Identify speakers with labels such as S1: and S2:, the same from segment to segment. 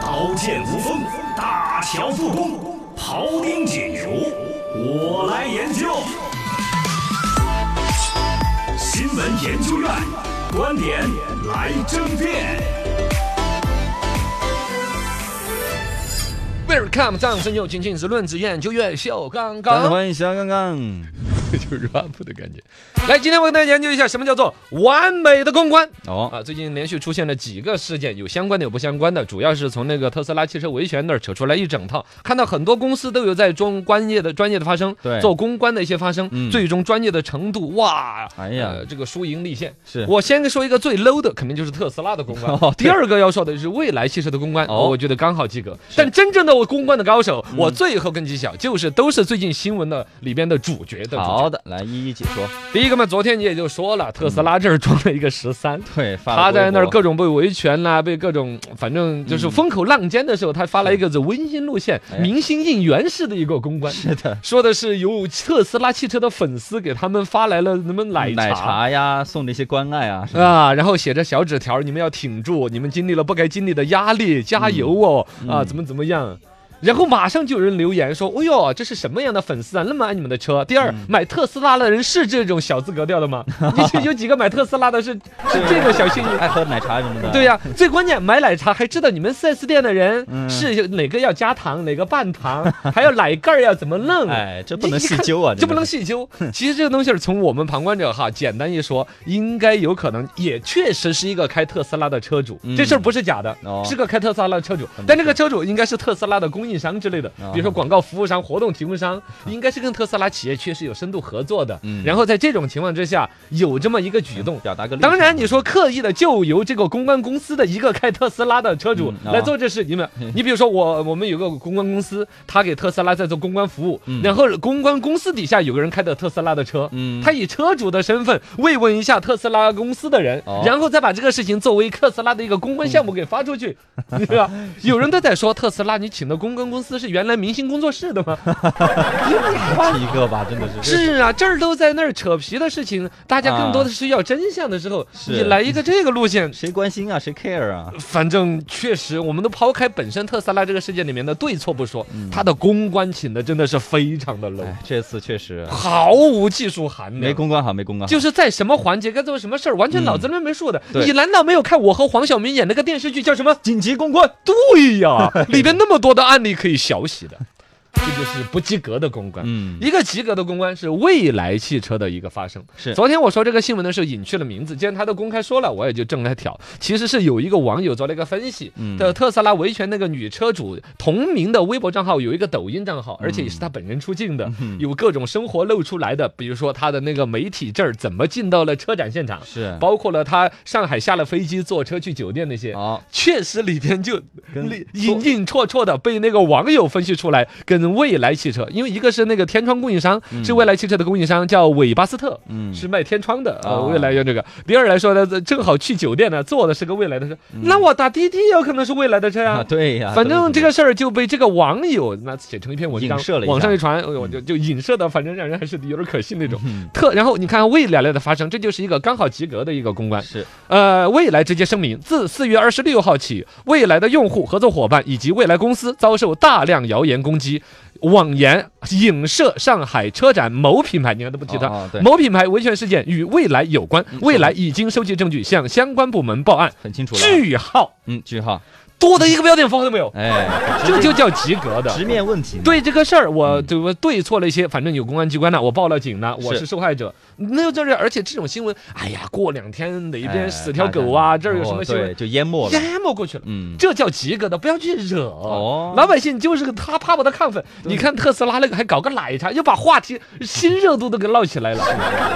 S1: 刀剑无锋，大乔复工，庖丁解牛，我来研究。新闻研究院观点来争辩。
S2: Welcome，掌声有请！请是论资研究院秀刚
S3: 大家
S2: 刚，
S3: 欢迎小刚刚
S2: 就是 rap 的感觉。来，今天我跟大家研究一下什么叫做完美的公关
S3: 哦，
S2: 啊！最近连续出现了几个事件，有相关的，有不相关的，主要是从那个特斯拉汽车维权那儿扯出来一整套，看到很多公司都有在中专业的专业的发声，
S3: 对
S2: 做公关的一些发声，
S3: 嗯
S2: 最终专业的程度，哇，
S3: 哎呀
S2: 呃这个输赢立现。
S3: 是
S2: 我先说一个最 low 的，肯定就是特斯拉的公关。
S3: 哦对
S2: 第二个要说的是未来汽车的公关，
S3: 哦嗯
S2: 我觉得刚好及格。但真正的我公关的高手，我最后跟你讲，就是都是最近新闻的里边的主角的主角。
S3: 好的，来一一解说。
S2: 第一个嘛，昨天你也就说了，特斯拉这儿装了一个十三。
S3: 对，发了
S2: 他在那儿
S3: 微博嗯
S2: 各种被维权啦、被各种反正就是风口浪尖的时候，他发了一个走温馨路线、
S3: 哎
S2: 明星应援式的一个公关，
S3: 是的，
S2: 说的是有特斯拉汽车的粉丝给他们发来了什么奶
S3: 奶茶呀，送的一些关爱啊，是吧
S2: 啊，然后写着小纸条儿，你们要挺住，你们经历了不该经历的压力，加油哦！啊，
S3: 嗯
S2: 怎么怎么样？然后马上就有人留言说：“哎呦，这是什么样的粉丝啊？那么爱你们的车。”第
S3: 嗯
S2: 二，买特斯拉的人是这种小资格调的吗？ 你是有几个买特斯拉的是是这种小幸运？
S3: 爱喝奶茶什么的。
S2: 对呀、最关键买奶茶还知道你们 4S 店的人
S3: 嗯
S2: 是哪个要加糖，哪个半糖， 还有奶盖儿要怎么弄。
S3: 哎，这不能细究啊，
S2: 这不能细
S3: 真
S2: 究。其实这个东西儿从我们旁观者哈，简单一说，应该有可能也确实是一个开特斯拉的车主，
S3: 嗯
S2: 这事儿不是假的。
S3: 的哦，
S2: 是个开特斯拉的车主
S3: 很，不哦
S2: 但这个车主应该是特斯拉的供应商之类的，比如说广告服务商、活动提供商，应该是跟特斯拉企业确实有深度合作的。
S3: 嗯
S2: 然后在这种情况之下，有这么一个举动，
S3: 表达个立场。
S2: 当然，你说刻意的就由这个公关公司的一个开特斯拉的车主
S3: 嗯啊
S2: 来做这事， 你们，你比如说我，我们有个公关公司，他给特斯拉在做公关服务，然后公关公司底下有个人开的特斯拉的车，
S3: 嗯
S2: 他以车主的身份慰问一下特斯拉公司的人
S3: 哦，
S2: 然后再把这个事情作为特斯拉的一个公关项目给发出去，
S3: 嗯
S2: 对吧？有人都在说特斯拉，你请的公关公司是原来明星工作室的吗？
S3: 是一个吧，真的 是。啊
S2: 是啊，这儿都在那儿扯皮的事情，大家更多的是要真相的时候，
S3: 是
S2: 你来一个这个路线，
S3: 谁关心啊？谁 care 啊？
S2: 反正确实，我们都抛开本身特斯拉这个事件里面的对错不说，它的公关请的真的是非常的 low，
S3: 嗯哎，这次确实
S2: 毫无技术含
S3: 没
S2: 量。
S3: 公关好，没公关好。
S2: 就是在什么环节该做什么事儿，完全脑子里面没数的。
S3: 对
S2: 你难道没有看我和黄晓明演那个电视剧叫什么？
S3: 紧急公关，
S2: 对呀， 里边那么多的案例可以学习的，这就是不及格的公关。
S3: 嗯，
S2: 一个及格的公关是未来汽车的一个发生。
S3: 是
S2: 昨天我说这个新闻的时候隐去了名字，既然他都公开说了，我也就正来挑。其实是有一个网友做了一个分析，
S3: 嗯
S2: 的特斯拉维权那个女车主同名的微博账号有一个抖音账号，
S3: 嗯
S2: 而且也是她本人出镜的，有各种生活露出来的，比如说她的那个媒体证儿怎么进到了车展现场，
S3: 是
S2: 包括了她上海下了飞机坐车去酒店那些。
S3: 好，
S2: 确实里边就
S3: 跟
S2: 里隐隐绰绰的被那个网友分析出来，跟蔚来汽车，因为一个是那个天窗供应商，是蔚来汽车的供应商，叫韦巴斯特，
S3: 嗯，
S2: 是卖天窗的啊。
S3: 哦
S2: 蔚来用这个。第二来说呢，这正好去酒店呢，坐的是个蔚来的车，那我打滴滴也有可能是蔚来的车呀。
S3: 啊，嗯 对呀，
S2: 反正这个事儿就被这个网友那写成一篇文章，
S3: 影射了一下
S2: 网上一传，我就就影射的，反正让人还是有点可信那种。
S3: 嗯
S2: 特，然后你看未来的发生，这就是一个刚好及格的一个公关。
S3: 是
S2: 呃，蔚来直接声明，自四月二十六号起，蔚来的用户、合作伙伴以及蔚来公司遭受大量谣言攻击、妄言影射上海车展某品牌，你看都不提它。
S3: 哦哦对嗯
S2: 某品牌维权事件与蔚来有关，蔚来已经收集证据，向相关部门报案。
S3: 很清楚了。
S2: 句号，
S3: 嗯，句号，
S2: 多的一个标点符号都没有，
S3: 哎，
S2: 这就叫及格的。
S3: 直面问题嘛。哎
S2: 对这个事儿，我对我对错了一些，反正有公安机关了，我报了警了，我
S3: 是
S2: 是受害者。那又在这儿，而且这种新闻，哎呀，过两天哪
S3: 哎，
S2: 边死条狗啊，这儿有什么
S3: 哦
S2: 新闻
S3: 对，，就淹没了。
S2: 淹没过去了。
S3: 嗯，
S2: 这叫及格的，不要去惹。
S3: 哦
S2: 老百姓就是个他怕不得亢奋。你看特斯拉那个还搞个奶茶，又把话题新热度都给闹起来 了。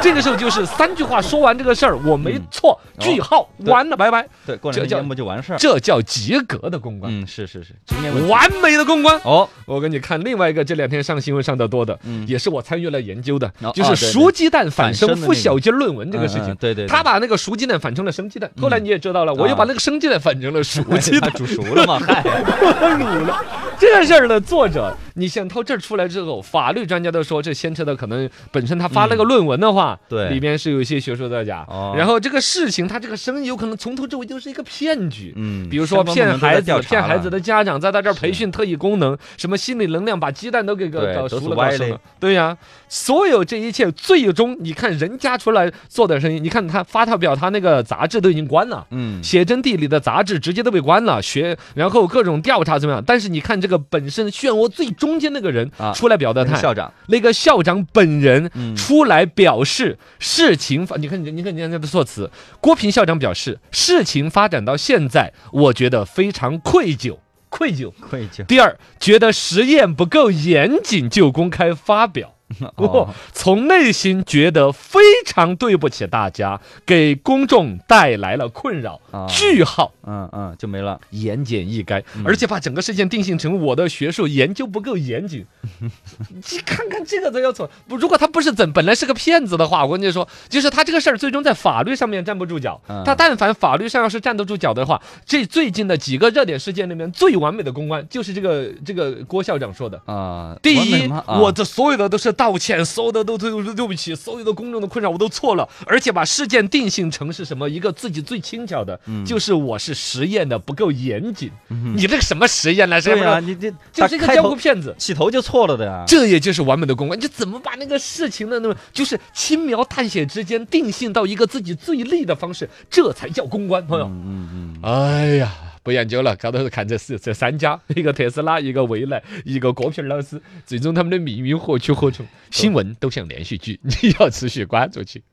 S2: 这个时候就是三句话说完这个事儿，我没错，
S3: 哦
S2: 句号，
S3: 对嗯
S2: 完了，拜拜。
S3: 对，过
S2: 这
S3: 两
S2: 叫
S3: 天淹没就完事儿。
S2: 这叫及格的公关，
S3: 嗯，是是是，直面问题。
S2: 完美的公关。
S3: 哦，
S2: 我给你看另外一个，这两天上新闻上的多的，
S3: 嗯
S2: 也是我参与了研究的，
S3: 哦
S2: 就是
S3: 啊对
S2: 熟鸡蛋反
S3: 反
S2: 生
S3: 生
S2: 付
S3: 的那个
S2: 小鸡论文这个事
S3: 嗯
S2: 情
S3: 嗯。对嗯对，对
S2: 他把那个熟鸡蛋反成了生鸡蛋，后来你也知道了，我又把那个生鸡蛋反成了熟
S3: 哎
S2: 鸡
S3: 他
S2: 蛋，
S3: 煮熟了嘛，嗨，
S2: 卤了。这事儿的作者，你想到这儿出来之后，法律专家都说这牵扯到可能本身他发了个论文的话，
S3: 嗯对
S2: 里边是有一些学术造假
S3: 哦。
S2: 然后这个事情，他这个生意有可能从头至尾就是一个骗局。
S3: 嗯，
S2: 比如说骗孩子、骗孩子
S3: 的，
S2: 的家长，在他这儿培训特异功能，什么心理能量，把鸡蛋都给搞
S3: 对
S2: 搞
S3: 都
S2: 熟
S3: 是
S2: 了、搞
S3: 歪
S2: 生
S3: 嘞
S2: 了。对呀、所有这一切，最终你看人家出来做点生意，你看他发他表，他那个杂志都已经关了。
S3: 嗯，
S2: 写真地里的杂志直接都被关了，学然后各种调查怎么样？但是你看这个本身漩涡最中间那个人
S3: 啊
S2: 出来表的态，
S3: 校长，
S2: 那个校长本人
S3: 嗯
S2: 出来表示事情发，你看你你看人家的措辞，郭平校长表示事情发展到现在，我觉得非常愧疚，愧疚。
S3: 愧疚，
S2: 第二，觉得实验不够严谨就公开发表。
S3: 哦
S2: 哦，从内心觉得非常对不起大家，给公众带来了困扰。
S3: 啊
S2: 句号，
S3: 嗯嗯，就没了，
S2: 言简意赅，而且把整个事件定性成我的学术研究不够严谨。 你看看这个都要错，不，如果他不是怎本来是个骗子的话，我跟你说，就是他这个事儿最终在法律上面站不住脚。
S3: 嗯
S2: 他但凡法律上要是站得住脚的话，这最近的几个热点事件里面最完美的公关就是这个这个郭校长说的。
S3: 啊，
S2: 第
S3: 完美
S2: 一，
S3: 吗啊
S2: 我这所有的都是道歉，所有的都都对不起，所有的公众的困扰我都错了，而且把事件定性成是什么一个自己最轻巧的，就是我是实验的不够严谨。你这个什么实验来着？
S3: 对呀，你这
S2: 就是一个
S3: 打开
S2: 江湖
S3: 头
S2: 骗子。
S3: 起头就错了的呀，
S2: 这也就是完美的公关，你怎么把那个事情的那么就是轻描淡写之间定性到一个自己最利的方式，这才叫公关，朋友。
S3: 嗯嗯
S2: 哎呀，不研究了，搞到看这四这三家，一个特斯拉，一个蔚来，一个郭平老 师，最终他们的命运何去何从？新闻都像连续剧，你要持续关注去。